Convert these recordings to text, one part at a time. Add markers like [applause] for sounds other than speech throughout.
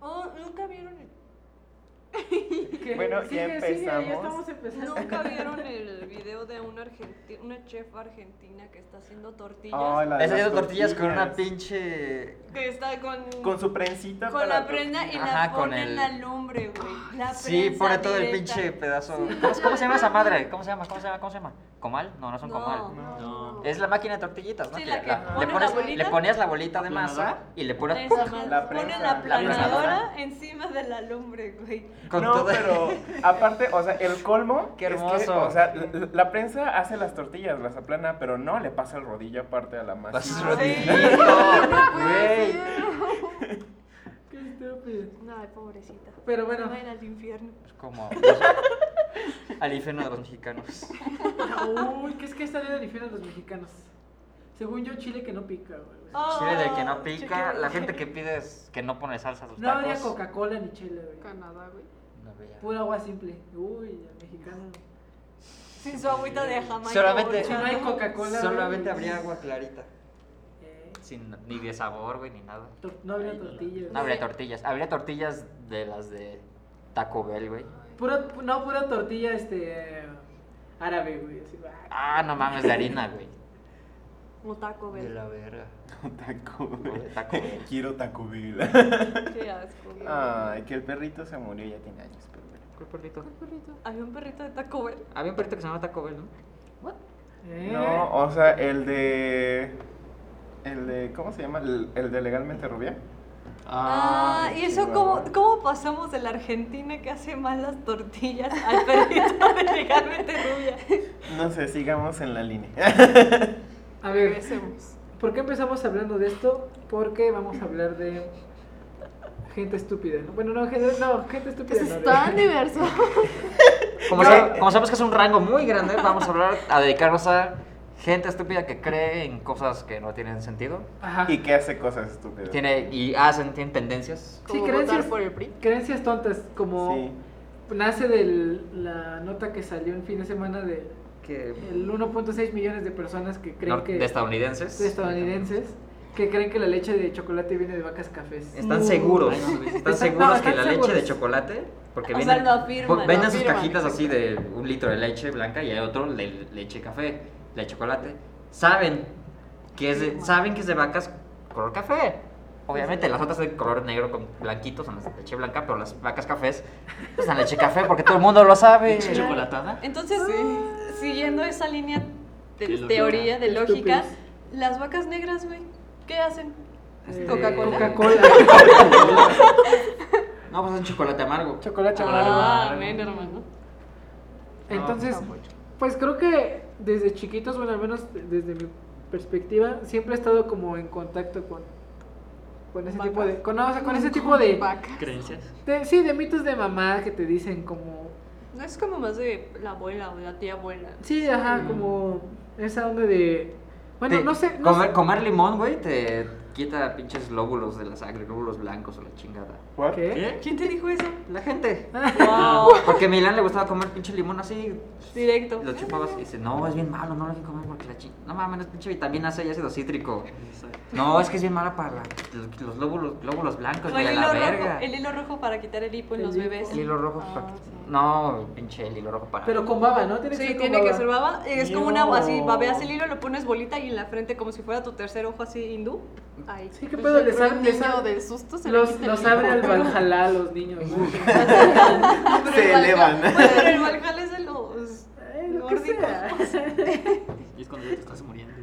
Oh, ¿Qué? Bueno, Sigue, ya sigue, ya empezamos. estamos empezando. [laughs] Nunca vieron el video de una, argenti- una chef argentina que está haciendo tortillas. Ah, la de Está haciendo las tortillas con una tortillas. pinche. Que está con, Con su prensita con para la prenda y Ajá, la con pone en el- la lumbre, güey. La Sí, prensa pone todo el directa. pinche [laughs] pedazo. ¿Cómo, cómo se llama esa madre? ¿Cómo se llama? ¿Cómo se llama? ¿Cómo se llama? ¿Comal? No, no son comal. No. No. Es la máquina de tortillitas, ¿no? Sí, la que le, pone la pones- bolita. le ponías la bolita de Aplanadora. masa y le pones Esa madre. La pone prensa, la la prensa. planadora encima de la lumbre, güey. [laughs] con no, todo. [laughs] pero [laughs] aparte, o sea, el colmo. Qué es que, hermoso. o sea, l- l- la prensa hace las tortillas, las aplana, pero no le pasa el rodillo aparte a la masa. Pasas Ay, [laughs] rodillito, güey. Qué estúpido. No, pobrecita. Pero bueno. Se vayan al infierno. Es como. al infierno de los mexicanos. Uy, ¿qué es que esta ley difieren los mexicanos? Según yo, Chile que no pica, güey. Oh, Chile del que no pica. chiquero. La gente que pide es que no pone salsa a sus No habría tacos. Coca-Cola ni chile, güey. Canadá, güey. No veía. Pura agua simple. Uy, el mexicano. Sin su agüita de Jamaica. Solamente- Si no hay Coca-Cola. Solamente güey, habría agua clarita. eh, Sin, ni de sabor, güey, ni nada. tor- no habría tortillas. No habría tortillas. Habría tortillas de las de Taco Bell, güey. Pura, no, pura tortilla, este. árabe, güey. así, ah, Ah, no mames, de harina, güey. Un taco De verde. la verga. Taco Bell. Oye, Taco Bell. Quiero Taco Bell. Qué asco. güey. Ay, que el perrito se murió ya tiene años, pero bueno. ¿Cuál perrito? Había un perrito de taco Bell. Había un perrito que se llamaba Taco Bell, ¿no? eh. No, o sea, el de. El de. ¿Cómo se llama? El, el de legalmente rubia. Ah, qué y eso, chihuahua. ¿cómo, ¿cómo pasamos de la Argentina que hace malas tortillas al perrito de legalmente rubia? No sé, sigamos en la línea. A ver, Regresemos. ¿por qué empezamos hablando de esto? Porque vamos a hablar de. Gente estúpida, ¿no? Bueno, no, gente, no, gente estúpida. no, Es de- tan diverso. Como, sab- como sabemos que es un rango muy grande, vamos a hablar, a dedicarnos a gente estúpida que cree en cosas que no tienen sentido. [laughs] Ajá. [laughs] y que hace cosas estúpidas. Tiene, y hacen, tienen tendencias. Sí, Como creencias, votar por el PRI. creencias tontas, como Sí. nace de la nota que salió en fin de semana de Que el 1.6 millones de personas que creen nor- que de estadounidenses. de estadounidenses que creen que la leche de chocolate viene de vacas cafés. Están No. seguros, No, están seguros que están la seguros. leche de chocolate, porque O sea, venden, lo afirman, vo- venden lo sus afirman, cajitas así de exacto. un litro de leche blanca y hay otro de leche café, de chocolate. Saben que es de, saben que es de vacas color café. Obviamente, las otras de color negro con blanquitos son las de leche blanca, pero las vacas cafés pues, son leche café porque todo el mundo lo sabe. Leche chocolatada. Entonces, siguiendo esa línea de Qué locura. teoría, de lógica, Estúpidos. las vacas negras, güey, ¿qué hacen? Eh, Coca-Cola. [laughs] Coca-Cola. No, pues es un chocolate amargo. chocolate amargo. Ah, amén, hermano. Entonces, No, mucho. pues creo que desde chiquitos, bueno, al menos desde mi perspectiva, siempre he estado como en contacto con con ese Vacas. tipo de con, no, o sea, con ese tipo de, Vaca. Creencias. de- sí, de mitos de mamá que te dicen como No es como más de la abuela o la tía abuela. Sí, ajá, como esa onda Mm. de. Bueno, Te- no sé. No comer, sé. comer limón, güey, te quita pinches lóbulos de la sangre, lóbulos blancos o la chingada. ¿What? ¿Qué? ¿Quién te dijo eso? Ah. La gente. Wow, [laughs] Porque a Milán le gustaba comer pinche limón así. directo. Lo chupabas y dice, no, es bien malo, no lo dejes comer porque la chi... No mames, es pinche vitamina C y ácido cítrico. No, es que es bien mala para la- los, los lóbulos, lóbulos blancos, O el güey, a hilo la rojo, verga. el hilo rojo para quitar el hipo en El los hipo. bebés. El hilo rojo. Ah, para- sí. No, pinche el hilo rojo para... Pero con baba, ¿no? Tiene que Sí, ser con tiene que baba. ser baba. Es como una No. así, babeas el hilo, lo pones bolita y en la frente como si fuera tu tercer ojo así hindú. Ahí. Sí, qué pedo, les Yo creo abre. un Les niño abre del susto se le los quita el los hipo. abre al Valhalla a los niños, ¿no? [laughs] Eh, Ah, Pero Se el Valhalla- [laughs] elevan. Bueno, pero el Valhalla es de los Ay, lo que sea. [laughs] Y es cuando ya te estás muriendo.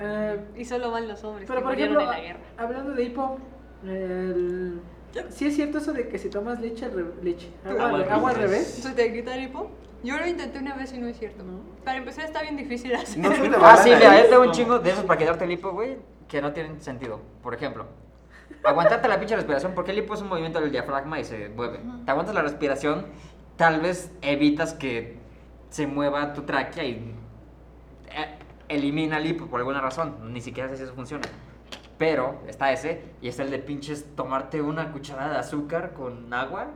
Eh, Y solo van los hombres. pero que por murieron ejemplo, en la guerra. a- hablando de hipo, el... sí es cierto eso de que si tomas leche, al re- leche, agua, Agua al agua al revés. revés. ¿Se te quita el hipo? Yo lo intenté una vez y no es cierto. Para empezar está bien difícil [laughs] hacer. [laughs] No se te va Ah, la sí, mira, nariz. yo tengo un chingo de esos para quitarte el hipo, güey, que no tienen sentido. Por ejemplo, aguantarte la pinche respiración, porque el hipo es un movimiento del diafragma y se mueve. Te aguantas la respiración, tal vez evitas que se mueva tu tráquea y eh, elimina el hipo por alguna razón. Ni siquiera sé si eso funciona. Pero está ese, y está el de pinches tomarte una cucharada de azúcar con agua.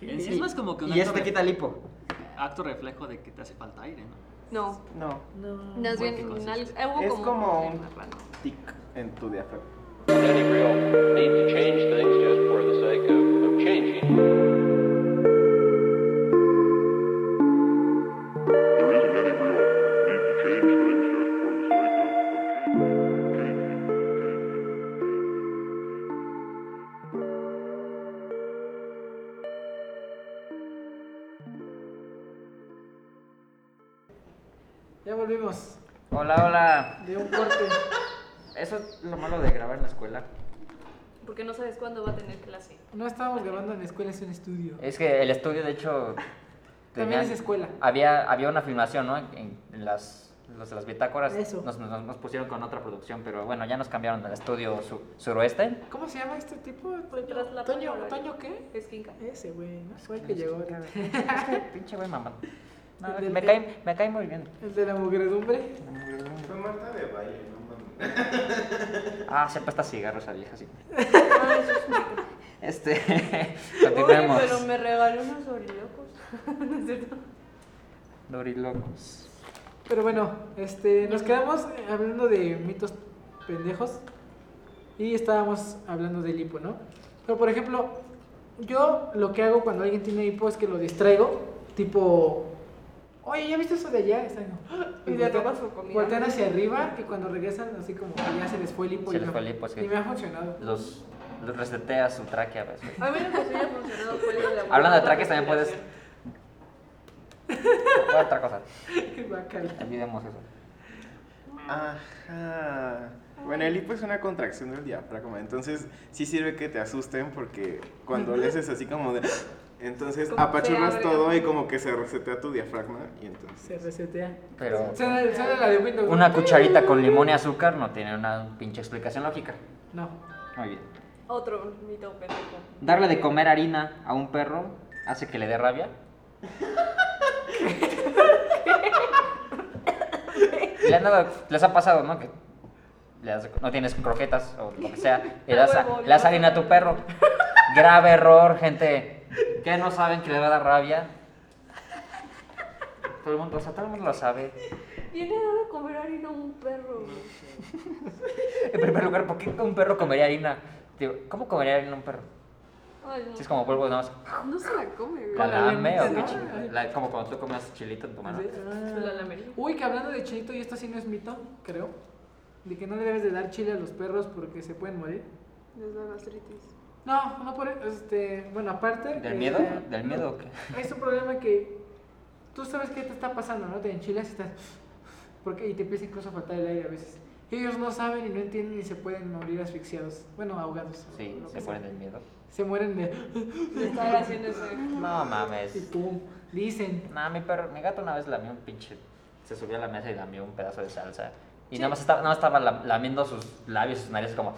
En sí es más como que un Y eso acto, te re- quita el hipo. acto reflejo de que te hace falta aire, ¿no? No. No, No. Más bien, Bueno, en algo- ¿qué consiste? hubo Es como un- un- raro. tic en tu diafragma. any real need to change things just for the sake of, of changing. volvimos Hola, hola. de un corte. Eso es lo malo de grabar en la escuela. Porque no sabes cuándo va a tener clase. No estábamos grabando en la escuela, es un estudio. Es que el estudio, de hecho. También tenían- es escuela. Había, había una filmación, ¿no? En, en las, los de las bitácoras. Eso. Nos, nos, nos pusieron con otra producción, pero bueno, ya nos cambiaron al estudio su- suroeste. [laughs] ¿Cómo se llama este tipo? Tras la ¿Toño, palabra. ¿Toño qué? Es quinca. Ese güey, ¿no? Fue el que llegó. [laughs] El Pinche güey, mamá. No, El del me, que- cae, me cae muy bien. de la mugredumbre. Fue Marta de baile, no mames. Ah, se presta cigarros a [laughs] vieja, sí. Este. continuemos. pero me regaló unos [laughs] orilocos. ¿No es cierto? Dorilocos. Pero bueno, este, nos quedamos hablando de mitos pendejos y estábamos hablando del hipo, ¿no? Pero por ejemplo, yo lo que hago cuando alguien tiene hipo es que lo distraigo, tipo, oye, ¿ya viste eso de allá? Están como, "Ah", [gasps] Y le voltean- roba su comida. Voltean hacia arriba y cuando regresan así como que ya se les fue el hipo. Se y les no. fue el hipo, sí. Y me ha [laughs] funcionado. Los, los resetea su tráquea pues, A a veces. mí lo pues que sí me ha funcionado fue el de la Hablando de traques, también puedes. Otra cosa. Guácala. Olvidemos eso. Ajá. Bueno, el hipo es una contracción del diafragma, entonces sí sirve que te asusten porque cuando le haces así como de... Entonces Como se apachurras abre. todo y como que se resetea tu diafragma y se entonces... resetea. Pero. Suena, suena la de Windows. Una cucharita con limón y azúcar no tiene una pinche explicación lógica. No. Muy bien. Otro mito pendejo. Darle de comer harina a un perro hace que le dé rabia. Le han dado- les ha pasado, ¿no? Que le das de co- no tienes croquetas o lo que sea. y Le das, Huevo, le das ¿no? harina a tu perro. Grave error, gente. Que no saben que le va a dar rabia. Todo el mundo, o sea, todo el mundo lo sabe. Viene a dar a comer harina a un perro. güey. En primer lugar, ¿por qué un perro comería harina? Digo, ¿Cómo comería harina un perro? Ay, no. Si es como polvo, nada más. No se la come, güey. Con La la lame o lengua, qué ¿no? chingada? La- Como cuando tú comes chilito en tu mano. Sí, ah. La lamería. Uy, que hablando de chilito, y esto sí no es mito, creo. De que no le debes de dar chile a los perros porque se pueden morir. Les da gastritis. No, no por este, bueno, aparte ¿Del que- miedo? ¿Del miedo o qué? Es un problema que tú sabes qué te está pasando, ¿no? Te enchilas y estás porque y te empieza incluso a faltar el aire a veces. Ellos no saben y no entienden y se pueden morir asfixiados, bueno, ahogados. Sí, lo que se sea. mueren del miedo. Se mueren de Le están haciendo eso. No [laughs] y mames. pum, dicen. Nah, mi perro, mi gato una vez lamió un pinche. Se subió a la mesa y lamió un pedazo de salsa. Y nada más estaba, nada más estaba lam- lamiendo sus labios y sus narices como.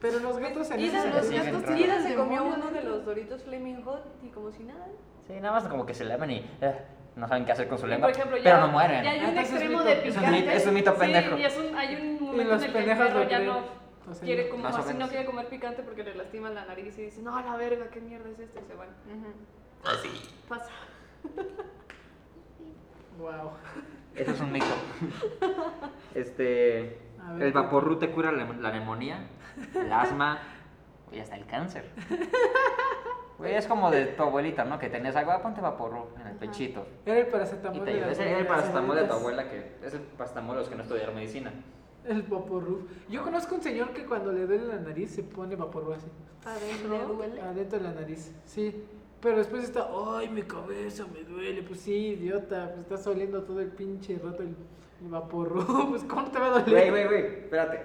Pero los gatos en ese Ida, los sentido- siguen gatos, raros. Ida se comió Demonios. uno de los Doritos Flaming Hot y como si nada. Sí, nada más como que se lamen y. eh, no saben qué hacer con su Y, lengua. por ejemplo, ya- pero no mueren. Ya hay Ah, un entonces es extremo mito. de Es un picante. mito- es un mito pendejo. Sí, y es un, hay un Y momento en los el que el pendejos lo perro ya creen. no O sea, quiere como más o así, no menos. quiere comer picante porque le lastima la nariz y dice, no, a la verga, qué mierda es esto, y se van. Así. Pasa. Wow. Eso es [laughs] un mito. Este. A ver, El ¿qué? vaporru te cura la, la neumonía, el asma y hasta el cáncer. Güey, es como de tu abuelita, ¿no? Que tenías agua, ponte vaporru en el pechito. Era el Y paracetamol te de la ayuda. Ese era el abuela, paracetamol de tu ¿sabes? abuela, que es el paracetamol de los que no estudiaron medicina. [laughs] El vaporru. Yo conozco un señor que cuando le duele la nariz se pone vaporru así. Adentro. duele? Adentro de la nariz, sí. Pero después está, ay, mi cabeza me duele. Pues sí, idiota, pues estás oliendo todo el pinche rato el, el vaporru. [laughs] Pues cómo te va a doler. Güey, güey, güey, espérate.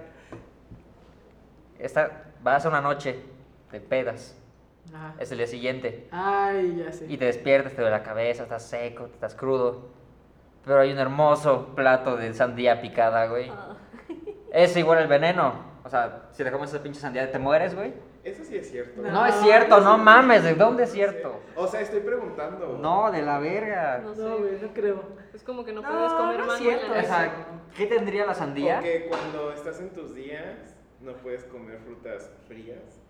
Esta, vas a una noche, te pedas, Ajá. es el día siguiente, Ah. Ay, ya sé. y te despiertas, te duele la cabeza, estás seco, estás crudo. Pero hay un hermoso plato de sandía picada, güey. Ah. [laughs] Es igual el veneno. O sea, si te comes esa pinche sandía, te mueres, güey. Eso sí es cierto. No, No, es cierto, no mames, ¿de dónde es Sí. cierto? O sea, estoy preguntando. No, de la verga. Ah, No sé. No, güey, no creo. [laughs] Es como que no, No, puedes comer no es mango cierto en la O nariz. eso. sea, ¿qué tendría la sandía? Porque cuando estás en tus días no puedes comer frutas frías.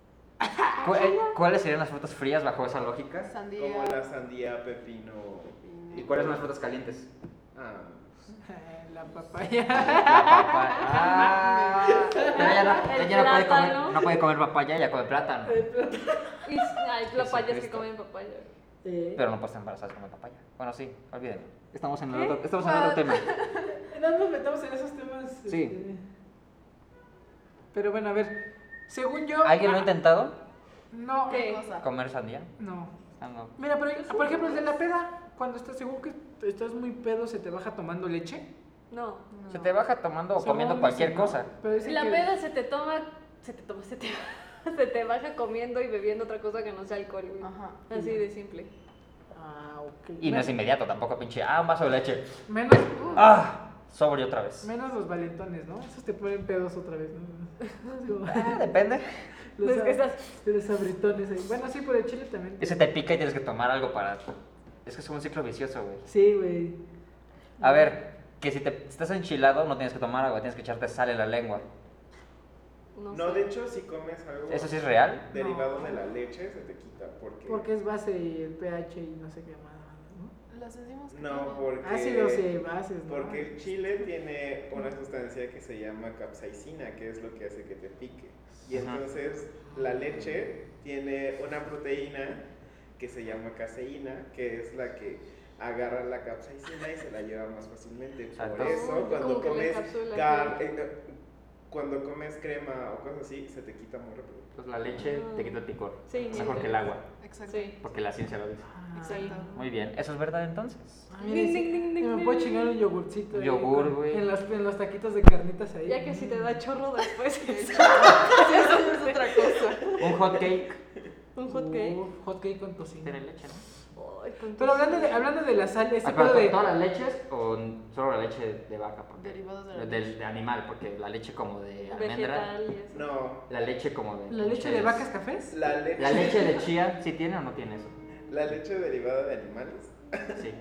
¿Cu- eh, ¿Cuáles serían las frutas frías bajo esa lógica? Como la sandía, pepino. ¿Y cuáles son las [laughs] frutas calientes? Ah. La papaya. La papaya. Ah, ella no, El ella no puede plátano. comer, no puede comer papaya, ella come plátano. Y hay papayas que Jesucristo. comen papaya. Eh, Pero no puedes estar embarazada si comes papaya. Bueno, sí, olvídenlo. Estamos en, ¿Qué? otro, estamos en otro Ah. tema. no nos metamos en esos temas. Sí. este. Pero bueno, a ver. Según yo. ¿Alguien lo ha Ah, intentado? No. ¿Qué? ¿Comer sandía? No. Ah, no. Mira, pero por ejemplo, el de la peda, cuando estás seguro que estás muy pedo, se te baja tomando leche. No. Se te baja tomando o Según comiendo cualquier dicen, ¿no? cosa. Pero dicen La que- peda se te toma, se te toma, se te, [laughs] se te baja comiendo y bebiendo otra cosa que no sea alcohol, güey. Ajá. Así de simple. Ah, ok. Y no es Men- inmediato tampoco, pinche. Ah, un vaso de leche. menos, uh, Ah, sobre otra vez. menos los valentones, ¿no? Esos te ponen pedos otra vez, [laughs] ¿no? Es como- Ah, depende. Los, Los que ab- estás- de los abritones ahí. Bueno, sí, por el chile también. Ese te pica y tienes que tomar algo para. Es que es un ciclo vicioso, güey. Sí, güey. A ver, que si te si estás enchilado no tienes que tomar agua, tienes que echarte sal en la lengua. No, No, sé. de hecho, si comes algo ¿Eso sí es real? derivado de la leche, se te quita. Porque, Porque es base y el pH y no sé qué más, ¿no? Las decimos que No, tienen- porque. Ah, Ácidos y bases, ¿no? Porque el chile tiene una sustancia que se llama capsaicina, que es lo que hace que te pique. Y Ajá. entonces la leche tiene una proteína que se llama caseína, que es la que agarra la capsaicina y se la lleva más fácilmente. Exacto. Por eso, Oh, cuando como que la comes, encapsula, car- sí. eh, eh, cuando comes crema o cosas así, se te quita muy rápido. Pues la leche te quita el picor. Sí, Mejor sí. que el agua, Exacto. Sí. porque la ciencia lo dice. Ah, Sí. Exacto. Muy bien, ¿eso es verdad entonces? Ah, mira, Ding, sí. ding, ding, ding, Me ding. puedo chingar un yogurcito. ahí Yogur, con- güey. En los, en los taquitos de carnitas ahí. Ya que si te da chorro después. [laughs] Eso ya es otra cosa. Un hot cake. Un hot cake. Uh, hot cake con tocino. Tiene leche, ¿no? Ay, con Pero hablando tocino. de, hablando de la sal, ese Ah, pero Este pedo de... ¿Todas las leches o solo la leche de vaca? Porque, Derivados de la del- de, animal, porque la leche como de almendra. Vegetal y eso. No, La leche como de. ¿La leche de es- vacas cafés? la leche, ¿La leche de chía sí tiene o no tiene eso? la leche derivada de animales, Sí.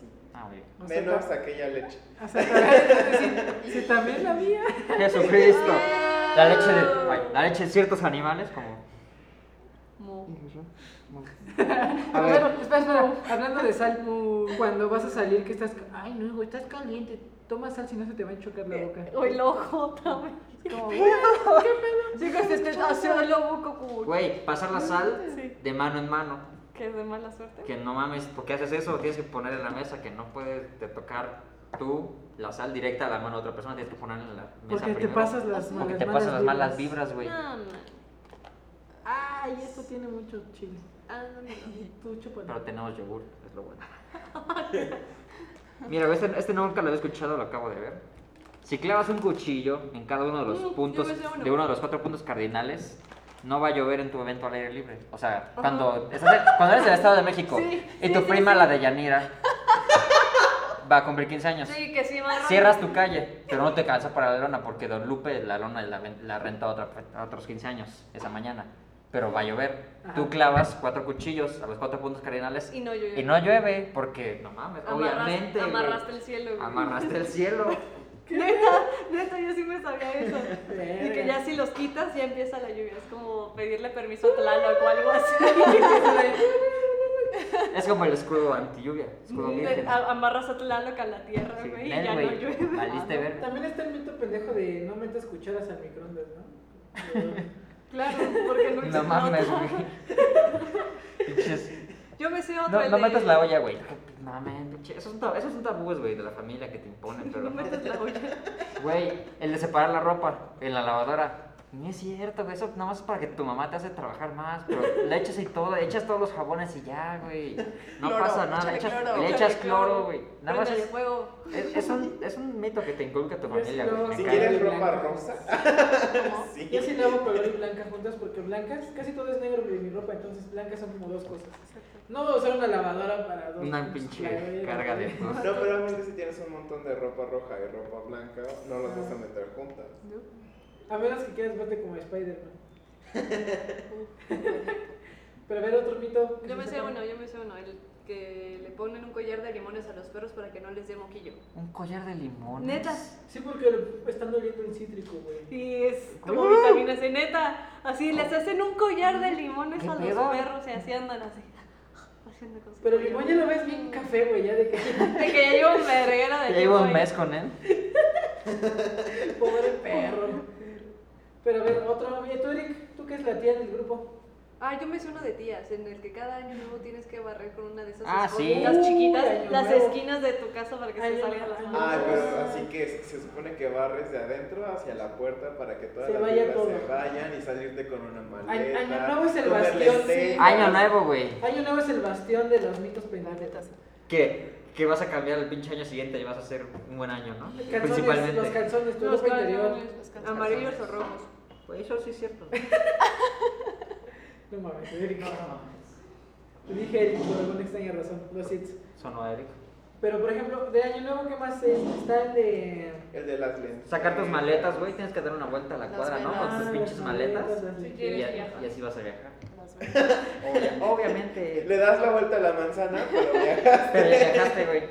sí. Ah, muy bien. O sea, menos ta- aquella leche. o sea, también- sí, sí, también la mía. Jesucristo. Ah. La leche de. ay, la leche de ciertos animales como. Mo. A ver, espera, espera. Hablando de sal, cuando vas a salir que estás... Ay, no, güey, estás caliente. Toma sal si no se te va a chocar la boca. O el ojo también. Como, güey, Chicos, te estoy haciendo boca como Güey, pasar la sal Sí. de mano en mano. Que es de mala suerte. Que no mames, ¿por qué haces eso? Tienes que poner en la mesa que no puedes te tocar tú la sal directa a la mano de otra persona, tienes que ponerla en la mesa porque te primero. pasas las Porque malas te pasan las malas vibras, güey. No, no. Ay, esto tiene mucho chile. Ah, no, no. Tú chúpalo. Pero tenemos yogur, es lo bueno. [laughs] Mira, güey, este, este nunca lo había escuchado, lo acabo de ver. Si clavas un cuchillo en cada uno de los Mm, yo puntos, me sé uno. de uno de los cuatro puntos cardinales, no va a llover en tu evento al aire libre. O sea, cuando, estás- cuando eres del Estado de México [laughs] Sí, y sí, tu sí, prima, la de Yanira, va a cumplir 15 años. Sí, que sí, marrón. Cierras tu calle, pero no te cansa para la lona porque Don Lupe la lona la, ven- la renta a, otra pe- a otros 15 años esa mañana. Pero va a llover. Ajá. Tú clavas cuatro cuchillos a los cuatro puntos cardinales Y no llueve. y no llueve porque, no mames, Amarras- obviamente. güey, Amarraste el cielo. güey. amarraste el cielo. [laughs] Neta, neta, yo sí me sabía eso. Verga. Y que ya si los quitas, ya empieza la lluvia. Es como pedirle permiso a Tlaloc o algo [laughs] así. Es como el escudo anti lluvia, escudo virgen. A- Amarras a Tlaloc a la tierra, Sí, güey, y ven, ya no güey, llueve. valiste ver. También está el mito pendejo de no metas cucharas al microondas, ¿no? Claro, porque no No existe mames, otra. [laughs] güey. Pinches- Yo me sé otro. No, el no de- metas la olla, güey. No mames, pinche- esos son tab- esos son tabúes, güey, de la familia que te imponen, pero [laughs] No metas [laughs] la olla. Güey, el de separar la ropa en la lavadora. No es cierto, güey. Eso nada más es para que tu mamá te hace trabajar más. Pero le echas y todo, echas todos los jabones y ya, güey. No Cloro, pasa nada. échale echas- cloro. le echas cloro, güey. Nada más Prende es, el fuego. es, es un, es un mito que te inculca [laughs] tu Pues familia, no. güey. me Si Blanca. cae. quieres Blanca. ropa rosa, [laughs] sí. Yo sí le hago color y blanca juntas porque blancas, casi todo es negro de mi ropa, entonces blancas son como dos cosas. No voy a usar una lavadora para dos. Una pues, pinche la- carga de. No, pero realmente si tienes un montón de ropa roja y ropa blanca, no las Ah. vas a meter juntas. A menos que quieras verte como Spider-Man. Pero a ver otro mito. que Yo me sé sepa. uno, yo me sé uno. El que le ponen un collar de limones a los perros para que no les dé moquillo. Un collar de limón. Neta. Sí, porque lo- están doliendo el cítrico, güey. Y es como vitamina C, neta. Así les hacen un collar de limones ¿Qué a los pedo? perros y así andan así. [laughs] Haciendo cosas. Pero el limón ya lo ves bien café, güey, ya de que De [laughs] que ya llevo un verguero de Llevo tiempo un ahí. mes con él. este pobre perro. Pero a ver, otro mito, Eric, tú que es la tía del grupo. Ah, yo me sé uno de tías, en el que cada año nuevo tienes que barrer con una de esas Ah, sí. escobitas chiquitas Uy, año las nuevo. esquinas de tu casa para que Año se salga la nuevo. Ah, pero así que se supone que barres de adentro hacia la puerta para que todas Se las vaya vibras todo. se vayan y salirte con una maleta. año nuevo es el comer bastión, sí. lentejas. Año nuevo, güey. Año nuevo es el bastión de los mitos La penales. neta, sí. ¿Qué? que vas a cambiar el pinche año siguiente y vas a hacer un buen año, ¿no? Calzones, Los Principalmente. calzones, tu Los ropa interior. calzones, los calzones. Amarillos o rojos. Pues eso sí es cierto. No mames, Eric. Te dije Eric por alguna extraña razón. Lo siento. Sonó a Eric. Pero por ejemplo, de año nuevo, ¿qué más es? Está el de. El de las lentes. Sacar tus maletas, güey. Tienes que dar una vuelta a la Las cuadra, ¿no? Con tus Ah, pinches las maletas. las Sí, de- Y, Quieres ya- viajar. y así vas a viajar. Las verdes. Obvia- obviamente. Le das la vuelta a la manzana, [laughs] pero viajas. Pero ya viajaste, güey.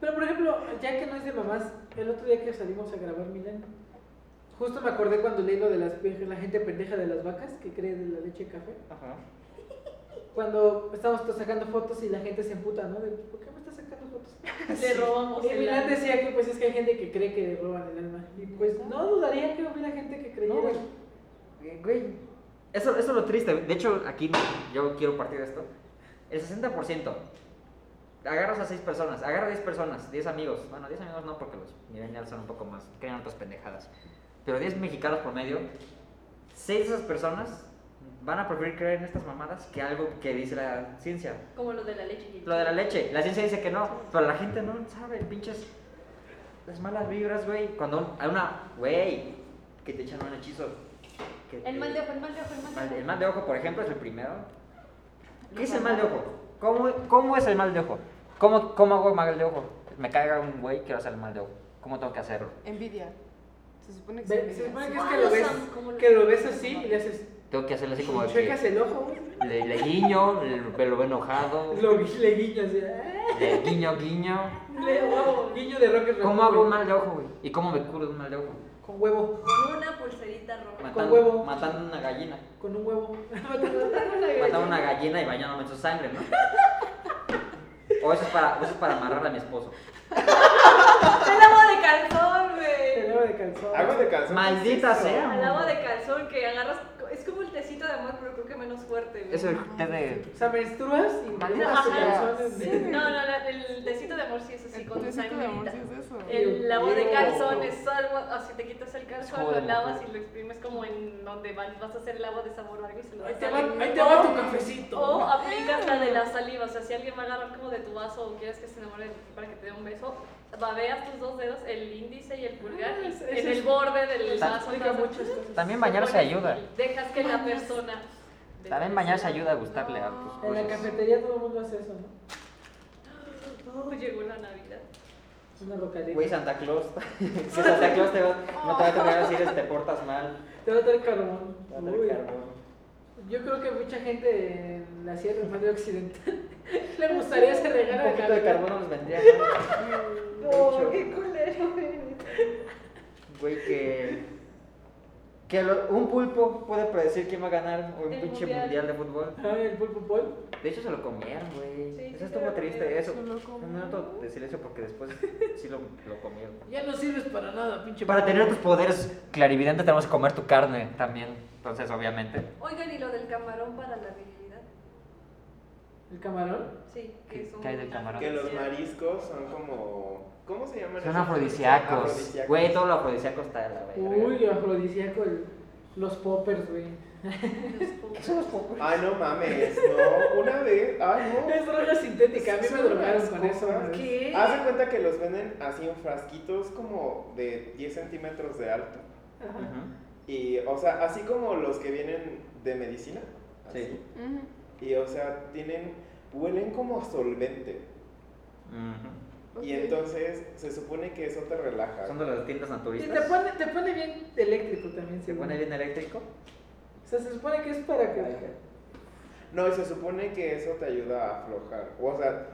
Pero por ejemplo, ya que no es de mamás, el otro día que salimos a grabar Milán, justo me acordé cuando leí lo de las, la gente pendeja de las vacas que cree de la leche café. Ajá. Cuando estábamos todos sacando fotos y la gente se emputa, ¿no? De, ¿Por qué me estás sacando fotos? Le robamos Y el Milán alma. decía que pues es que hay gente que cree que le roban el alma. Y pues no dudaría que hubiera gente que creyera. No, güey. Eh, Güey. Eso, eso es lo triste. De hecho, aquí yo quiero partir de esto. El 60%. Agarras a 6 personas, agarra a 10 personas, 10 amigos. Bueno, 10 amigos no, porque los millennials son un poco más, creen otras pendejadas. Pero 10 mexicanos por medio, 6 de esas personas van a preferir creer en estas mamadas que algo que dice la ciencia. Como lo de la leche. y el Lo de la chile. leche, la ciencia dice que no, pero la gente no sabe, pinches. Las malas vibras, güey. Cuando un- hay una, güey, que te echan un hechizo. que te- El mal de ojo, el mal de ojo, el mal mal- de el ojo. mal de ojo, por ejemplo, es el primero. ¿Qué es el mal de ojo? ¿Cómo, cómo es el mal de ojo? ¿Cómo, ¿Cómo hago el mal de ojo? Me caiga un güey, quiero hacer el mal de ojo. ¿Cómo tengo que hacerlo? Envidia. Se supone que Ve- es Se supone envidia. que es que lo ves, que lo ves así y le haces, Tengo que hacerlo así como de checas que el ojo, le, le guiño, le, me lo veo enojado, lo, gui- le guiñas, así, ¡ah! le guiño, guiño. le huevo, guiño de Rocket Raccoon, ¿Cómo hago güey. un mal de ojo, güey? ¿Y cómo me curo de un mal de ojo? Con huevo, Con una pulserita roja. Matan- huevo. Matando una gallina. con un huevo. [laughs] Mataba una gallina y bañándome en su sangre, ¿no? O eso es para, o eso es para amarrar a mi esposo. El agua de calzón, El güey. agua de calzón. Agua de calzón. Maldita ¿qué es eso? sea. El agua de calzón que agarras. Es como el tecito de amor, pero creo que menos fuerte, güey. Eso es té de. O sea, menstruas y Maldita matas sea. calzones. Sí. de- No, no, no, el tecito de amor sí es así, El con tecito de amor sangre. sí es eso. Eh, El agua de Dios. calzón es algo, así te quitas el calzón, Joder, lo lavas mujer. y lo exprimes como en donde van- vas a hacer el agua de sabor o algo y se lo Ahí das te a va, alguien. ahí te va tu cafecito. O aplicas la de la saliva, o sea, si alguien va a agarrar como de tu vaso o quieres que se enamore de ti para que te dé un beso, babeas tus dos dedos, el índice y el pulgar, Ah, y ese- en ese el borde del Eso vaso. explica entonces, muchas cosas. También bañarse ayuda. Dejas que la persona. También bañarse ayuda a gustarle a tus En la cosas. cafetería todo el mundo hace eso, ¿no? Oh, llegó la Navidad. Una localidad. Güey, Santa Claus. [laughs] si Santa Claus te va, no te va a tener a decir si te portas mal, Te va a traer carbón. te va a traer Uy. carbón. Yo creo que mucha gente en la Sierra [laughs] Madre Occidental le gustaría ese regalo Un poquito de Navidad. carbón [laughs] nos vendría. ¿no? Oh, De hecho, qué culero eres. Güey, que. Que lo- un pulpo puede predecir quién va a ganar un El pinche mundial. mundial de fútbol. Ah, el pulpo pol. De hecho, se lo comieron, güey. Sí, sí eso se estuvo lo triste, comieron. eso. Se lo Un comieron. minuto de silencio porque después sí lo, lo comieron. Ya no sirves para nada, pinche Para pulpo. tener tus poderes clarividentes tenemos que comer tu carne también. Entonces, obviamente. Oigan, ¿y lo del camarón para la virilidad? ¿El camarón? Sí, ¿Qué- que es un... qué hay del camarón? Que los Sí. mariscos son como. ¿Cómo se llaman? Son esos? afrodisíacos. Afrodisíacos. Güey, todo lo afrodisíaco está de la verga. Uy, afrodisíaco. el- Los poppers, güey. [laughs] Los- Ay, no mames, no. Una vez. Ay, [laughs] no. Es droga sintética. A mí me Son drogaron las con eso. cosas. ¿no? ¿Qué? Haz de cuenta que los venden así en frasquitos como de 10 centímetros de alto. Ajá. Ujú. Y, o sea, así como los que vienen de medicina. así. Sí. Ujú. Y, o sea, tienen. Huelen como a solvente. Ujú. Y Ok. entonces se supone que eso te relaja. Son de las tiendas Y te naturistas. pone, te pone bien eléctrico también, Se según. pone bien eléctrico. O sea, se supone que es para que. No, y se supone que eso te ayuda a aflojar. O sea,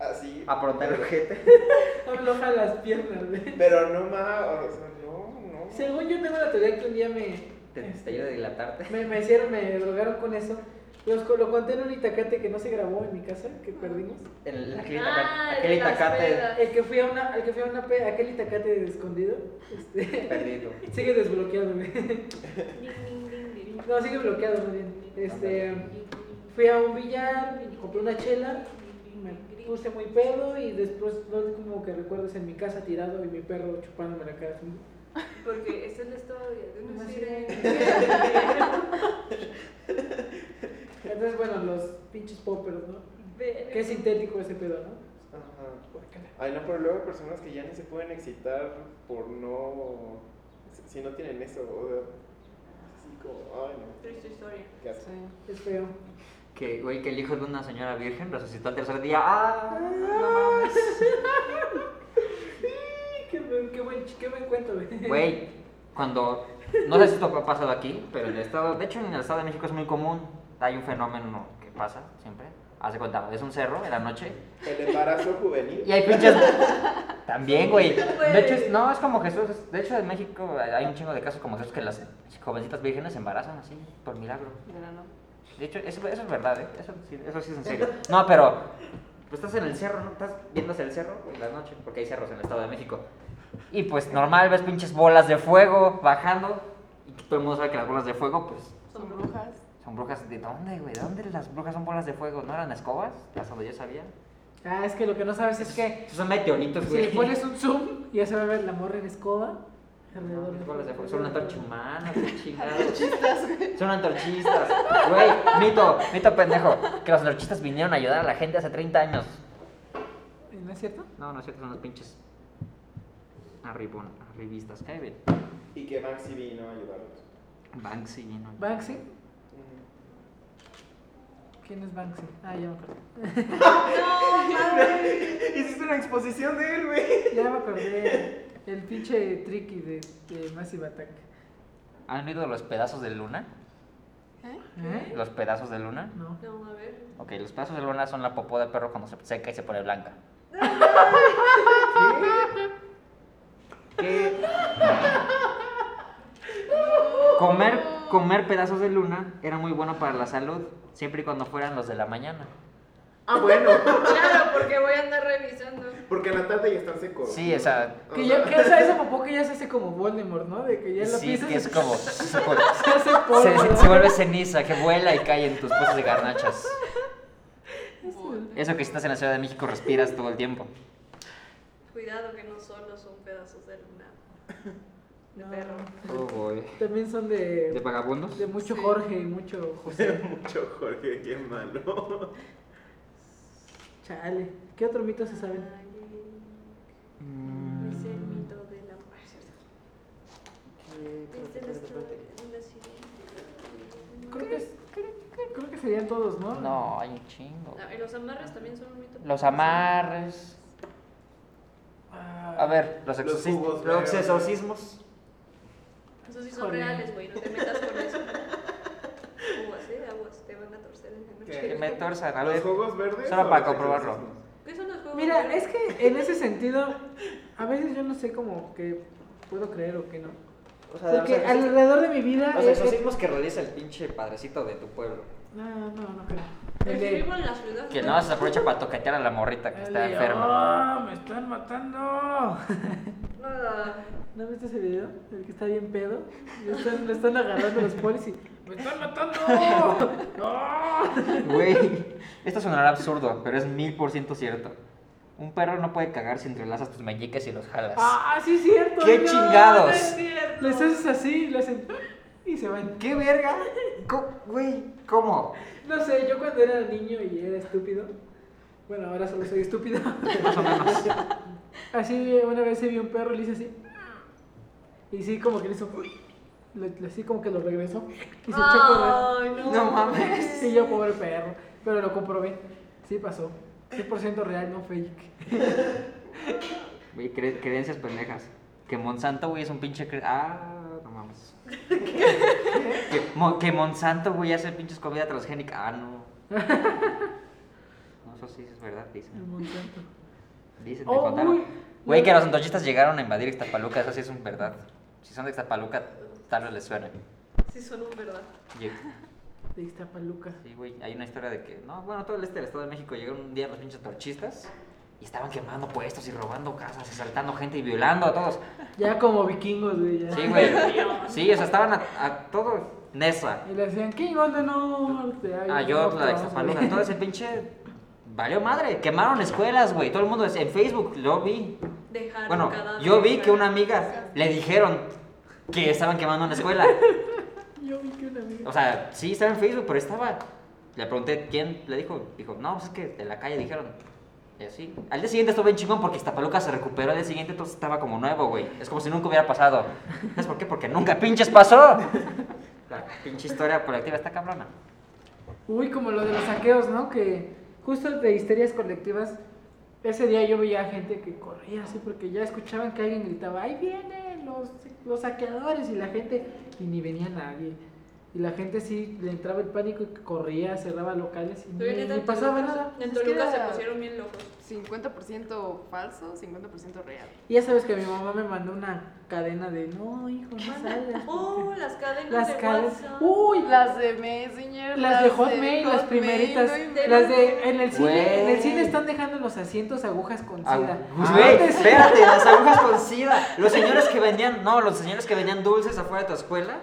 así. A brotar el ojete. [laughs] Afloja las piernas, güey. Pero no más. O sea, no, no. Según yo tengo la teoría que un día me. Te, te ayuda a dilatarte. Me, me hicieron, me drogaron con eso. Los, co- lo conté en un itacate que no se grabó en mi casa, que perdimos. El, aquel Ah, el itaca- aquel de las itacate pedas. El que fui a una, el que fui a una pe- aquel itacate de escondido, este, [laughs] perdido. sigue desbloqueado, güey. No, sigue bloqueado más bien. Este, fui a un billar, compré una chela, me puse muy pedo y después no como que recuerdes en mi casa tirado y mi perro chupándome la cara. así. Porque esa es la historia de una Una sirena. Entonces, bueno, los pinches poppers, ¿no? Ve- Qué sintético ese pedo, ¿no? Ajá. Guácala. Ay, no, pero luego personas que ya ni se pueden excitar por no. si- Si no tienen eso, o sea, así como, ay, no. Triste historia. ¿Qué haces? Sí. Es feo. Que, güey, que el hijo de una señora virgen resucitó al tercer día. ¡Ah! No mames. Sí, Qué, buen- qué buen, qué buen cuento, güey. Güey, cuando. No sé si esto ha pasado aquí, pero en el estado. De hecho, en el estado de México es muy común. Hay un fenómeno que pasa siempre. Hace cuenta, es un cerro en la noche. El [laughs] embarazo juvenil. Y hay pinches. También, güey. De hecho, es- no, es como Jesús. es- De hecho, en México hay un chingo de casos como Jesús que las jovencitas vírgenes se embarazan así, por milagro. Verano. De hecho, eso, eso es verdad, ¿eh? Eso, sí- eso sí es en serio. No, pero pues, estás en el cerro, ¿no? Estás viendo hacia el cerro en la noche, porque hay cerros en el Estado de México. Y pues normal, ves pinches bolas de fuego bajando. Y todo el mundo sabe que las bolas de fuego, pues, Son brujas. son brujas. ¿De dónde, güey? ¿De dónde las brujas son bolas de fuego? ¿No eran escobas? Hasta donde yo sabía. Ah, es que lo que no sabes es que Esos son meteoritos, si güey. le pones un zoom, ya se va a ver la morra en escoba. No, alrededor las del- bolas de fuego Son una antorcha humana, qué chingados. Son antorchistas. Güey, mito, mito pendejo. Que los antorchistas vinieron a ayudar a la gente hace 30 años. ¿No es cierto? No, no es cierto, son los pinches arribón, arribistas. Eh, bien. Y que Maxi vino a ayudarlos. Banksy, ¿no? Banksy. ¿Quién es Banksy? Ah, ya me acuerdo. Hiciste una exposición de él, güey. Ya me acordé. El pinche tricky de, de Massive Attack. ¿Han oído los pedazos de luna? ¿Eh? ¿Los pedazos de luna? No. No, a ver. Ok, los pedazos de luna son la popó de perro cuando se seca y se pone blanca. ¿Qué? Comer, comer pedazos de luna era muy bueno para la salud, siempre y cuando fueran los de la mañana. Ah, bueno. Claro, porque voy a andar revisando. [laughs] Porque en la tarde ya están secos. Sí, o sea, Que ya, que esa, esa popó que ya se hace como Voldemort, ¿no? De que ya lo sí, piensas. que es [laughs] como... [laughs] Se hace polvo. se, se- ¿no? se vuelve ceniza que vuela y cae en tus pozos de garnachas. Eso que si estás en la Ciudad de México respiras todo el tiempo. Cuidado que no solo son pedazos de luna. De No. perro. Oh boy. También son de, ¿De de, vagabundos? mucho Jorge y mucho José. Mucho Jorge, qué malo. Chale. ¿Qué otro mito se saben? Mm. Dice el mito de la mujer. Dice el estudio de la sirena. Creo que, es- creo que serían todos, ¿no? No, hay un chingo. Ah, ¿y los amarres también son un mito? Los amarres. Ah, A ver, Los los jugos exorcismos. Los verdes. exorcismos. Esos sí son Híjole. reales, güey. No te metas con [laughs] eso. Aguas, eh, aguas. Te van a torcer en la noche. Que me torzan. A ¿Los ver. jugos verdes? solo o para los comprobarlo. exorcismos? ¿Qué son los juegos? Mira, es que en ese sentido, a veces yo no sé cómo que puedo creer o que no. O sea, Porque alrededor de mi vida. los he- he- exorcismos que realiza el pinche padrecito de tu pueblo. No, no, no creo. El El de- vivo en la ciudad. Que no se aprovecha para toquetear a la morrita que el está de, enferma. "Ah, ¡Me están matando! Ah, ¿No viste ese video? El que está bien pedo. Le están, le están agarrando los polis y. ¡Me están [laughs] matando! ¡No! Güey, esto sonará absurdo, pero es mil por ciento cierto. Un perro no puede cagar si entrelazas tus meñiques y los jalas. ¡Ah, sí es cierto! ¡Qué no! chingados! Les haces así, le hacen. Y se van. ¡Qué verga! Co- Güey, ¿cómo? No sé, yo cuando era niño y era estúpido. Bueno, ahora solo soy estúpido. [laughs] Más o menos. Así una vez se vio un perro y le hice así. Y sí, como que le hizo. lo- lo- así como que lo regresó. Y se echó a Ay, no. No mames. correr. [laughs] Y yo, pobre perro. Pero lo comprobé. Sí pasó. 100% real, no fake. Güey, cre- creencias pendejas. Que Monsanto, güey, es un pinche... cre- Ah, no [laughs] mames. Que, Mo- que Monsanto, güey, hace pinches comida transgénica. [laughs] Ah, no. No, eso sí es verdad, El dicen. Monsanto. Dicen, me Oh, contaron. uy. Güey, que los antorchistas llegaron a invadir Ixtapaluca, eso sí es un verdad. Si son de Ixtapaluca, tal vez les suene. Sí, son un verdad. Lleg- De Iztapaluca. Sí, güey, hay una historia de que, no, bueno, todo el este del Estado de México llegaron un día los pinches torchistas y estaban quemando puestos y robando casas y saltando gente y violando a todos. Ya como vikingos, güey. ya. Sí, güey. Sí, o sea, estaban a, a todo Nesa. Y le decían, ¿qué onda norte? Ay, A no, Ah, yo, la de vamos a Ixtapaluca, ver. todo ese pinche. Valió madre, quemaron escuelas, güey. Todo el mundo en Facebook lo vi. Dejar Bueno, un cadáver. yo vi que una amiga le dijeron que estaban quemando una escuela. [laughs] Yo vi que una amiga. O sea, sí, estaba en Facebook, pero estaba. Le pregunté quién le dijo. Dijo, no, pues es que de la calle dijeron. Y así. Al día siguiente estuvo bien chingón porque Iztapaluca se recuperó. Al día siguiente todo estaba como nuevo, güey. Es como si nunca hubiera pasado. ¿Sabes por qué? Porque nunca [laughs] pinches pasó. La pinche historia colectiva está cabrona. Uy, como lo de los saqueos, ¿no? Que justo de histerias colectivas, ese día yo veía gente que corría así porque ya escuchaban que alguien gritaba, ahí vienen los, los saqueadores y la gente, y ni venía nadie. Y la gente sí le entraba el pánico y corría, cerraba locales y Pero ni, neta, ni en pasaba Toluca- nada. Es En que Toluca se era- pusieron bien locos. 50% falso, 50% real. Y ya sabes que mi mamá me mandó una cadena de, no, hijo, no salgas. [laughs] Oh, las cadenas Las de cadenas. Uh, WhatsApp. Uy, Las de Messenger, Las de Hotmail, las Hotmail, primeritas. no inventes. Las de. En el cine, en el Güey. cine están dejando en los asientos agujas con Ah, sida. Güey, Antes- espérate, las agujas con sida. Los señores que vendían, no, los señores que vendían dulces afuera de tu escuela,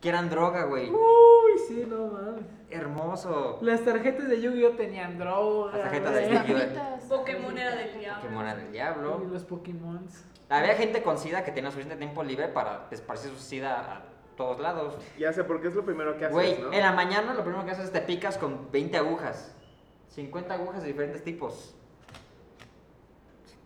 que eran droga, güey. Uy, sí, no mames. Hermoso. Las tarjetas de Yu-Gi-Oh tenían droga. Las tarjetas güey. de Yu-Gi-Oh. Estampitas. Pokémon era del diablo. Pokémon era del diablo. Y los Pokémon. Había gente con sida que tenía suficiente tiempo libre para esparcir su sida a todos lados. Ya sé, porque es lo primero que haces, Güey, ¿no? en la mañana lo primero que haces es te picas con 20 agujas. 50 agujas de diferentes tipos.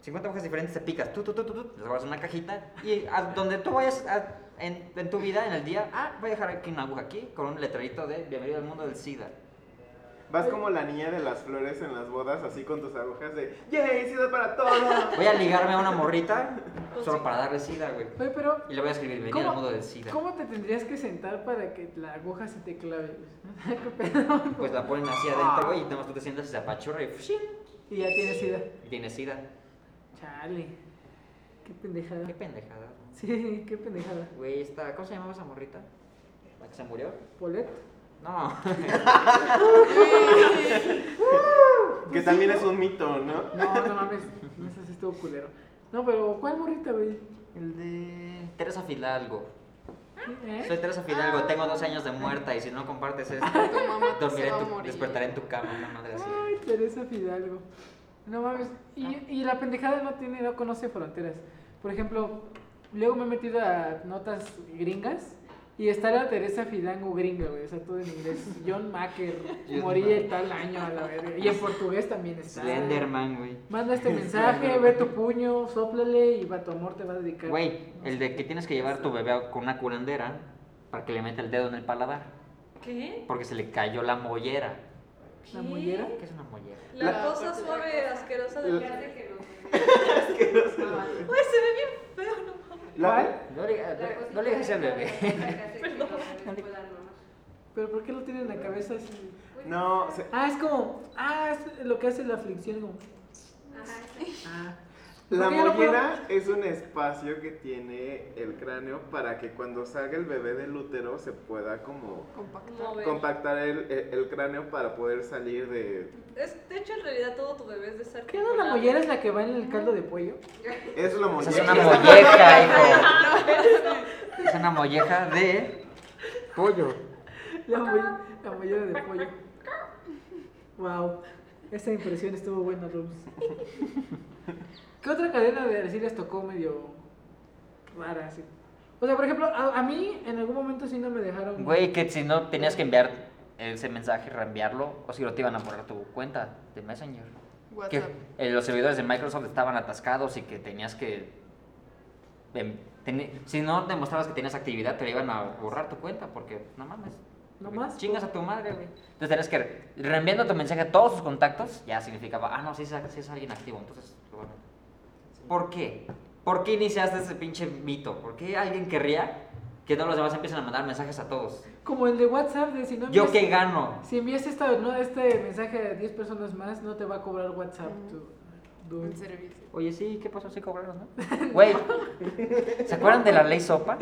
50 agujas diferentes te picas. Tú, tú, tú, tú, tú, las guardas en una cajita. Y a donde tú vayas a- en, en tu vida, en el día, ah, voy a dejar aquí una aguja aquí con un letrerito de Bienvenido al mundo del SIDA. Vas como la niña de las flores en las bodas, así con tus agujas de ¡Yay, ciudad para [laughs] todos! Voy a ligarme a una morrita solo para darle SIDA, güey. Oye, pero. Y le voy a escribir Bienvenido al Pues ¿cómo, mundo del SIDA. cómo te tendrías que sentar para que la aguja se te clave? ¿Qué pedo? Pues la ponen así adentro, güey, y nada más tú te sientas y se apachurra y ¡fushing! Y ya tienes sida. Y tiene SIDA. Chale. Qué pendejada. Qué pendejada. Sí, qué pendejada. Güey, esta, ¿cómo se llamaba esa morrita? ¿La que se murió? Polet. No. [laughs] que también es un mito, ¿no? No, no mames. No sé si estuvo culero. No, pero ¿cuál morrita, güey? El de. Teresa Fidalgo. ¿Eh? Soy Teresa Fidalgo, tengo dos años de muerta y si no compartes [laughs] esto, Tu mamá te dormiré se va a en tu, morir. despertaré en tu cama, una madre así. Ah. Ay, Teresa Fidalgo. No mames. Y, y la pendejada no tiene, no conoce fronteras. Por ejemplo, luego me he metido a notas gringas y está la Teresa Fidalgo gringa, güey. O sea, todo en inglés. John Macker John moría tal año a la verga. Y en portugués también está. Slenderman, güey. Manda este mensaje, ve tu puño, sóplale y va tu amor te va a dedicar. Güey, el de que tienes que llevar tu bebé con una curandera para que le meta el dedo en el paladar. ¿Qué? Porque se le cayó la mollera. ¿La ¿Qué? mollera? ¿Qué es una mollera? La, La- cosa suave, asquerosa de La- hace que [laughs] Uy, se ve bien feo, no mames. ¿Cuál? No le, no, no le digas al bebé. Perdón. ¿Pero por qué lo tiene en la cabeza así? No, se- Ah, es como. Ah, es lo que hace la aflicción. Como, ah. la ¿Por qué ya no puedo- mollera es un espacio que tiene el cráneo para que cuando salga el bebé del útero se pueda como Compactar. Pues. compactar el, el- el cráneo para poder salir de... Es, de hecho, en realidad todo tu bebé es de ser. ¿Qué no la mollera es la que va en el caldo de pollo? Es la Esa mollera. es una [laughs] molleja, [laughs] hijo. Es una molleja de pollo. La, moll- la mollera de pollo. Wow. Esta impresión estuvo buena, Rose. ¿Qué otra cadena de les tocó medio rara así? O sea, por ejemplo, a, a mí en algún momento sí no me dejaron. Güey, que si no tenías que enviar ese mensaje, reenviarlo, o si no te iban a borrar tu cuenta de Messenger. Que WhatsApp. eh, los servidores de Microsoft estaban atascados y que tenías que... em, teni- si no demostrabas que tenías actividad, te la iban a borrar tu cuenta, porque no mames. No porque más, Chingas a tu madre, güey. Entonces tenías que... re- Reenviando tu mensaje a todos tus contactos, ya significaba, ah, no, si es, sí es alguien activo, entonces... lo borran. ¿Por qué? ¿Por qué iniciaste ese pinche mito? ¿Por qué alguien querría que todos los demás empiecen a mandar mensajes a todos? Como el de WhatsApp de si no ¿Yo envías- qué gano? Si envías esta, no, este mensaje a 10 personas más, no te va a cobrar WhatsApp. Ujú. tu- tu- El servicio. Oye, sí, ¿qué pasó? Sí cobraron, [laughs] ¿no? Güey, ¿se acuerdan de la ley SOPA?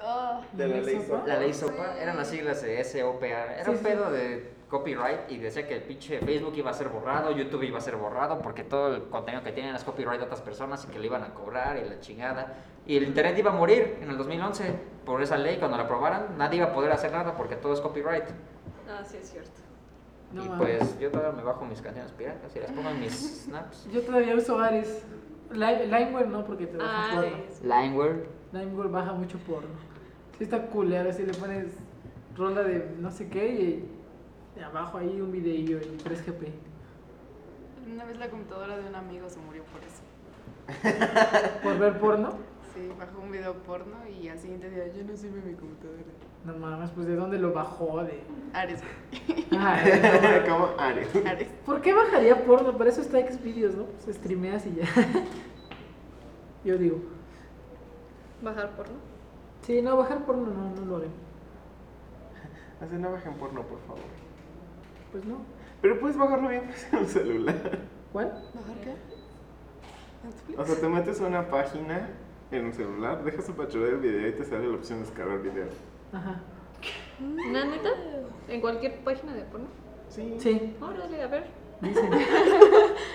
Ah, De la ley ¿Sopa? La ley SOPA eran las siglas de SOPA. Era Sí, un sí. pedo de copyright y decía que el pinche Facebook iba a ser borrado, YouTube iba a ser borrado porque todo el contenido que tienen es copyright de otras personas y que le iban a cobrar y la chingada. Y el internet iba a morir en el 2011 por esa ley. Cuando la aprobaran, nadie iba a poder hacer nada porque todo es copyright. Ah, sí, es cierto. No y mames. pues yo todavía me bajo mis canciones piratas y las pongo en mis [laughs] snaps. Yo todavía uso Ares. Lime- Limeware no, porque te baja Ah, porno. es- Lineware. Limeware baja mucho porno. Sí está culero, si le pones rola de no sé qué y de abajo ahí un videillo en 3GP. Una vez la computadora de un amigo se murió por eso. ¿Por ver porno? Sí, bajó un video porno y al siguiente día yo no sirve mi computadora. No mames, pues ¿de dónde lo bajó? De... Ares, güey. Ay, [laughs] no mames. ¿Cómo? Ares. Ares. ¿Por qué bajaría porno? Para eso está Xvideos, ¿no? Se streameas y ya. [laughs] Yo digo. Bajar porno. Sí, no, bajar porno no, no lo haré. Así no bajen porno, por favor. Pues no. Pero puedes bajarlo bien [laughs] pues, en el celular. ¿Cuál? ¿Bajar qué? Netflix. O sea, te metes a una página en un celular, dejas apachurar el video y te sale la opción de descargar video. Ajá. ¿Una neta? ¿En cualquier página de porno? Sí. Sí, Órale, a [laughs] ver. dicen.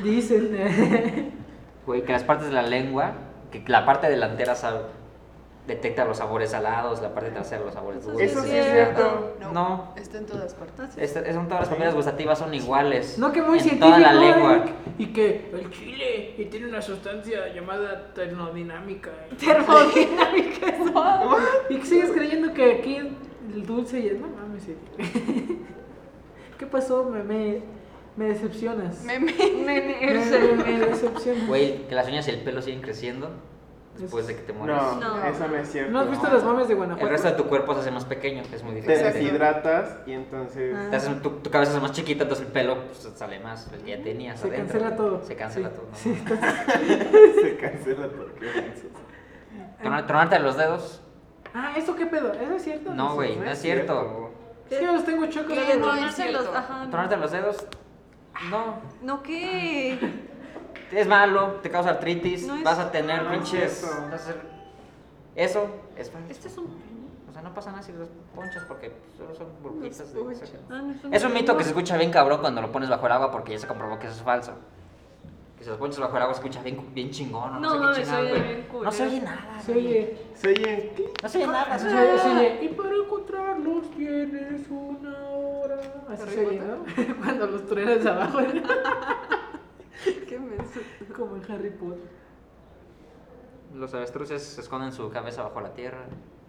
dicen. [laughs] Güey, que las partes de la lengua, que la parte delantera sabe, detecta los sabores salados, la parte trasera los sabores Eso dulces. Eso sí Sí, es sí. cierto. No. Está en todas partes. Es- es- son todas las comidas gustativas son iguales. no, que muy en científico. toda la lengua. Eric. Y que el chile y tiene una sustancia llamada [laughs] termodinámica. Termodinámica es todo. Y que sigues creyendo que aquí el dulce y el... No mames, sí. [laughs] ¿Qué pasó? Me, me, me decepcionas. Meme. [laughs] Me- me- me decepcionas. Güey, que las uñas y el pelo siguen creciendo después de que te mueres. No, No. eso no es cierto. ¿No has visto las mames de Guanajuato? El resto de tu cuerpo se hace más pequeño, es muy Te difícil. deshidratas y entonces. Ah. Te haces- tu, tu cabeza es más chiquita, entonces el pelo pues, sale más, el que ya tenías Se adentro. cancela todo. Se cancela Sí, todo. ¿no? sí, está- [laughs] se cancela porque piensas. Tronar- Tronarte los dedos. Ah, ¿eso qué pedo? ¿Eso es cierto? No, güey, no, es cierto. Es que yo los tengo chocos. ¿Qué? ¿sabes? No, No, es Tronarse los. cierto. Ajá. no. Tronarte los dedos. No, No, ¿qué? es malo, te causa artritis, No es- vas a tener no es pinches. eso. vas a ser- Eso es falso. Este es un. O sea, no pasa nada si los ponchas porque solo son burbujitas. de- Ah, no, es Es un mito que se escucha bien cabrón cuando lo pones bajo el agua porque ya se comprobó que eso es falso. Que si los ponchas bajo el agua se escucha bien, bien chingón. o No, No, sé mames, se qué chingado, oye güey. bien culero. No se oye nada. Se güey. oye. Se oyen clic. No se oye nada. se se oye- oye- se oye, Y para encontrarlos tienes una hora. Así se oye, ¿no? [laughs] Cuando los truenas abajo. [laughs] Qué menso. Como en Harry Potter. Los avestruces se esconden su cabeza bajo la tierra.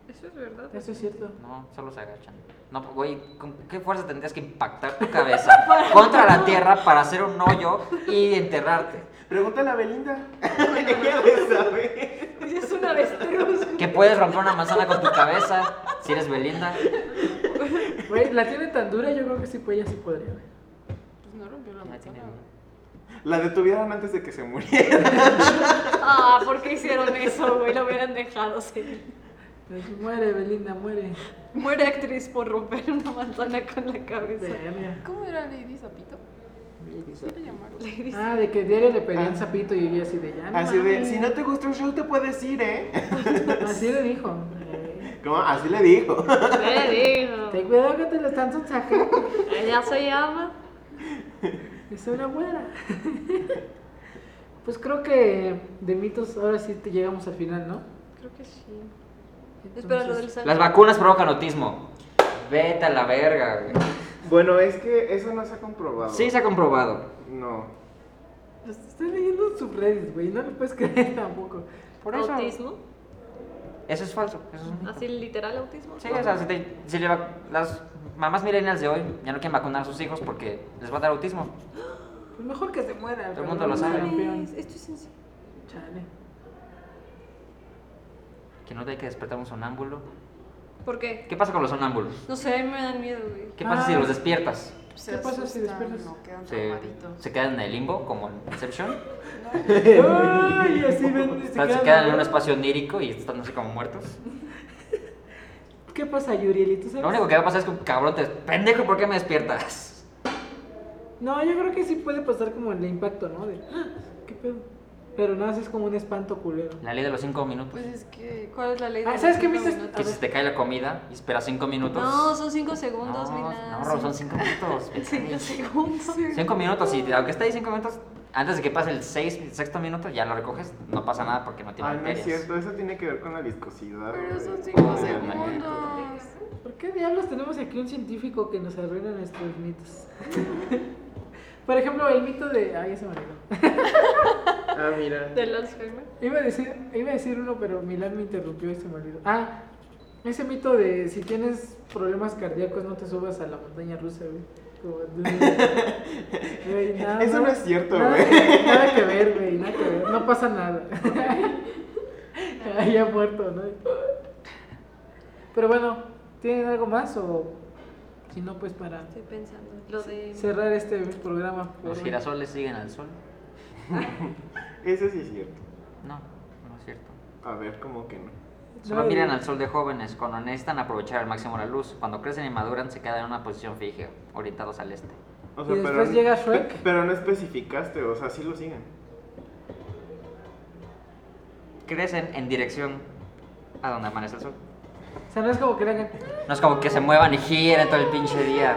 Eso es verdad. Eso es cierto. No, solo se agachan. No, pues, güey, ¿con qué fuerza tendrías que impactar tu cabeza contra la tierra para hacer un hoyo y enterrarte? Pregúntale a Belinda. Ella le sabe. Es una avestruz. Que puedes romper una manzana con tu cabeza si eres Belinda. Güey, la tiene tan dura, yo creo que sí, pues ella sí podría. güey. Pues no rompió la Ya tiene- manzana. La detuvieron antes de que se muriera. Ah, ¿por qué hicieron eso, güey? Lo hubieran dejado, sí. Pero sí, Muere, Belinda, muere. Muere actriz por romper una manzana con la cabeza. Verga. ¿Cómo era Lady Zapito? ¿Qué le llamaron? Lady Ah, de que diario le pedían Ah. sapito y ella así de ya. no Así de, mames. si no te gusta un show, te puedes ir, ¿eh? [laughs] Así le dijo. Eh, ¿Cómo? Así le dijo. [laughs] Le digo. Ten cuidado que te lo están sonsajando. Ella se llama. Es una buena. Pues creo que de mitos ahora sí te llegamos al final, ¿no? Creo que sí. Espera, Eh, lo Entonces, del sal. Las vacunas provocan autismo. Vete a la verga, güey. Bueno, es que eso no se ha comprobado. Sí, se ha comprobado. No. pues, estoy leyendo subreddits, güey, no lo puedes creer tampoco. Por eso. Autismo. Eso es falso. Eso es un mito. Así literal autismo. Sí, o sea, si te- si le va- las mamás millennials de hoy ya no quieren vacunar a sus hijos porque les va a dar autismo. Pues mejor que se muera. Todo el mundo lo cabrón, sabe. campeón. Mames, Esto es en serio. Chale. Que no te hay que despertar un sonámbulo. ¿Por qué? ¿Qué pasa con los sonámbulos? No sé, a mí me dan miedo, güey. ¿Qué pasa si Ah. los despiertas? Se ¿Qué pasa si asustan, despiertas? No, quedan Se, traumaditos. se quedan en el limbo, como en [laughs] Inception. Ay, así ven. O sea, Se quedan en un espacio onírico y están así como muertos. ¿Qué pasa, Yuriel? ¿Y tú sabes? Lo único que va a pasar es que un cabrón te pendejo, ¿por qué me despiertas? No, yo creo que sí puede pasar como el impacto, ¿no? De, "Ah, ¿qué pedo? Pero nada, más es como un espanto culero. La ley de los cinco minutos. Pues es que. ¿Cuál es la ley? Ah, de ¿sabes los qué cinco viste? minutos? Que si te cae la comida y esperas cinco minutos. No, son 5 segundos, no, Lina. no, Rob, son cinco [laughs] minutos. 5 segundos. Cinco minutos, y aunque esté ahí cinco minutos, antes de que pase el seis, el sexto minuto, ya lo recoges, no pasa nada porque no tiene Ah, no es bacterias. cierto. Eso tiene que ver con la viscosidad. Pero güey. son 5 Ay, segundos. ¿Por qué diablos tenemos aquí un científico que nos arruina nuestros mitos? [laughs] Por ejemplo, el mito de. Ay, ese me olvidó. Ah, mira. Del Alzheimer. Iba a decir, iba a decir uno, pero Milán me interrumpió y se me olvidó. Ah, ese mito de si tienes problemas cardíacos no te subas a la montaña rusa, güey. Como tú. [laughs] Güey, nada, Eso no es cierto, nada güey. que- Nada que ver, güey, nada que ver. No pasa nada. [laughs] Ahí ha muerto, ¿no? Pero bueno, ¿tienen algo más o si no, pues para Estoy pensando. Lo de. cerrar este programa? por ¿Los hoy? girasoles siguen al sol? Eso sí es cierto. No, no es cierto. A ver, como que no. Solo No, miran y- al sol de jóvenes, cuando necesitan aprovechar al máximo la luz. Cuando crecen y maduran, se quedan en una posición fija, orientados al este. O Y después llega Shrek. pe- Pero no especificaste, o sea, sí lo siguen. Crecen en dirección a donde amanece el sol. O sea, no es como que le hagan. No es como que se muevan y giren todo el pinche día.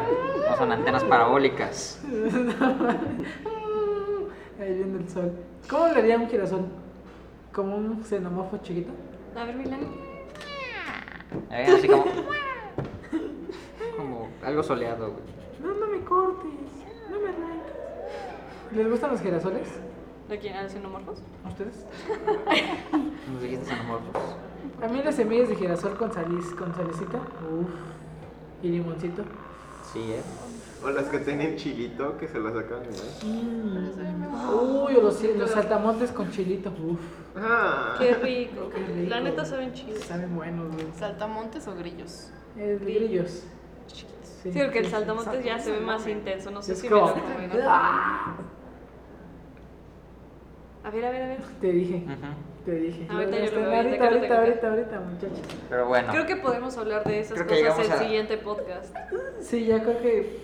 No son antenas parabólicas. Ahí viene el sol. ¿Cómo le haría un girasol? ¿Como un xenomorfo chiquito? A ver, Milán. Eh, Así como. Como algo soleado, güey. No, no me cortes. No me arranques. ¿Les gustan los girasoles? ¿De quién? ¿A los xenomorfos? ¿A ustedes? Nos dijiste xenomorfos. A mí las semillas de girasol con saliz, con salicita. Uf. Y limoncito. Sí, eh. O las que tienen chilito que se las sacan, ¿no? Uy, o los, los saltamontes con chilito. Uf. Ah. Qué rico. Qué rico. La neta saben chidos. Saben buenos, güey. ¿Saltamontes o grillos? Eh, de grillos. Sí, porque el saltamontes ya se ve más intenso. No sé Es si me como. lo comen. ¡Ah! A ver, a ver, a ver. Te dije, Ujú. te dije. Este, Ahorita yo lo veo, ahorita ahorita, que lo tengo ahorita, acá. ahorita, ahorita, muchachos. Pero bueno. Creo que podemos hablar de esas Creo que cosas en el llegamos a- siguiente podcast. Sí, ya creo que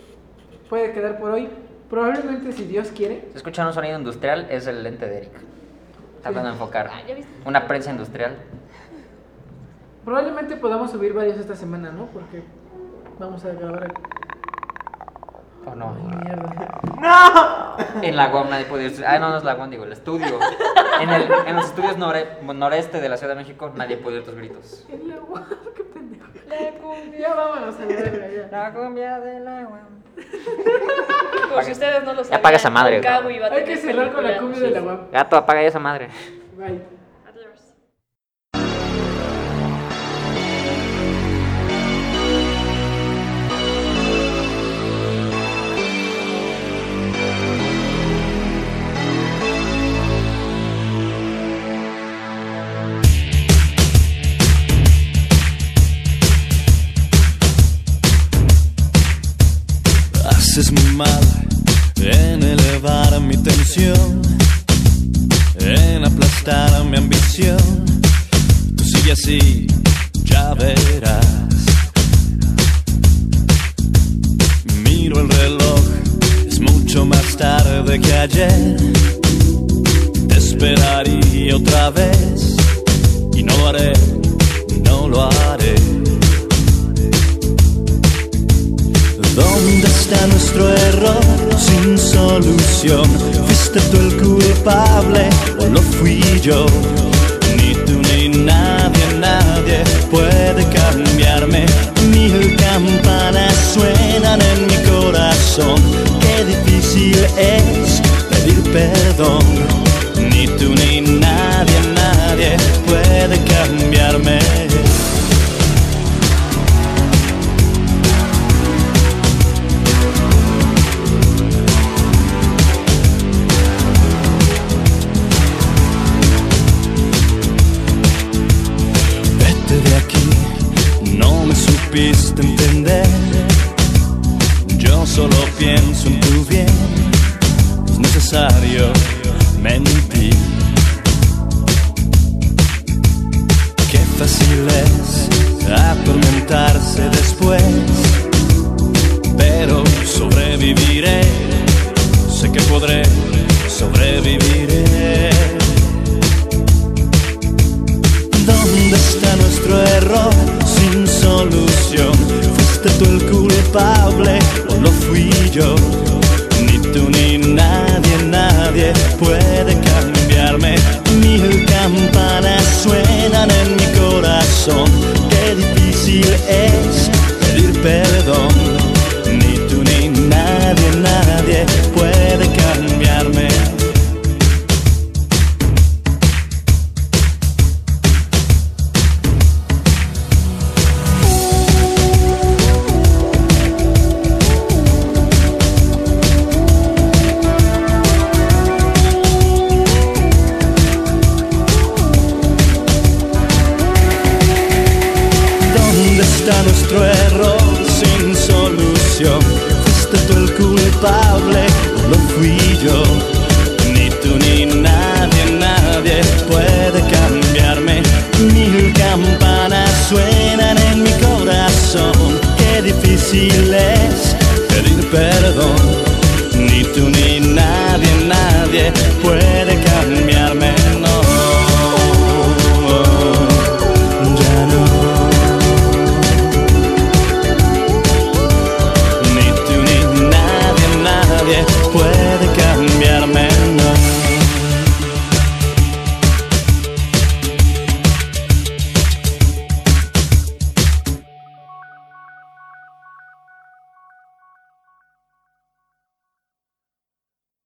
puede quedar por hoy. Probablemente si Dios quiere. Si escuchan un sonido industrial, es el lente de Eric. Está tratando de enfocar. Ah, ya viste. Una prensa industrial. Probablemente podamos subir varios esta semana, ¿no? Porque vamos a grabar. ¿O Ay, no? mierda. [laughs] En la GOM nadie puede ir. Ah, no, no es la GOM, digo, el estudio. En, el- en los estudios nore- noreste de la Ciudad de México nadie puede oír tus gritos. En la guau, qué pendejo. Ya vámonos a la verga, ya. La cumbia de la Por si ustedes no lo saben. apaga esa madre, Cabo iba a Hay tener que cerrar con la película. cumbia de la guapa. Gato, apaga esa madre. Bye. Adiós. Haces muy mal en elevar mi tensión, en aplastar mi ambición. Tú sigue así, ya verás. Miro el reloj, es mucho más tarde que ayer. Te esperaría otra vez y no lo haré, no lo haré. ¿Dónde está nuestro error sin solución? ¿Fuiste tú el culpable o lo fui yo? Ni tú ni nadie, nadie puede cambiarme. Mil campanas suenan en mi corazón. Qué difícil es pedir perdón. Ni tú ni nadie, nadie puede cambiarme. Vete de aquí, no me supiste entender. Yo solo pienso en tu bien, es necesario mentir. Qué fácil es atormentarse después, pero sobreviviré, sé que podré, sobreviviré. ¿Dónde está nuestro error sin solución? ¿Fuiste tú el culpable o lo fui yo? Ni tú ni nadie, nadie puede cambiarme. Mil campanas suenan en mi corazón. Qué difícil es pedir perdón. solución. Fuiste tú el culpable, no fui yo. Ni tú ni nadie, nadie puede cambiarme. Mil campanas suenan en mi corazón. Qué difícil es pedir perdón. Ni tú ni nadie, nadie puede cambiarme. No. Ya no. Ni tú ni nadie, nadie puede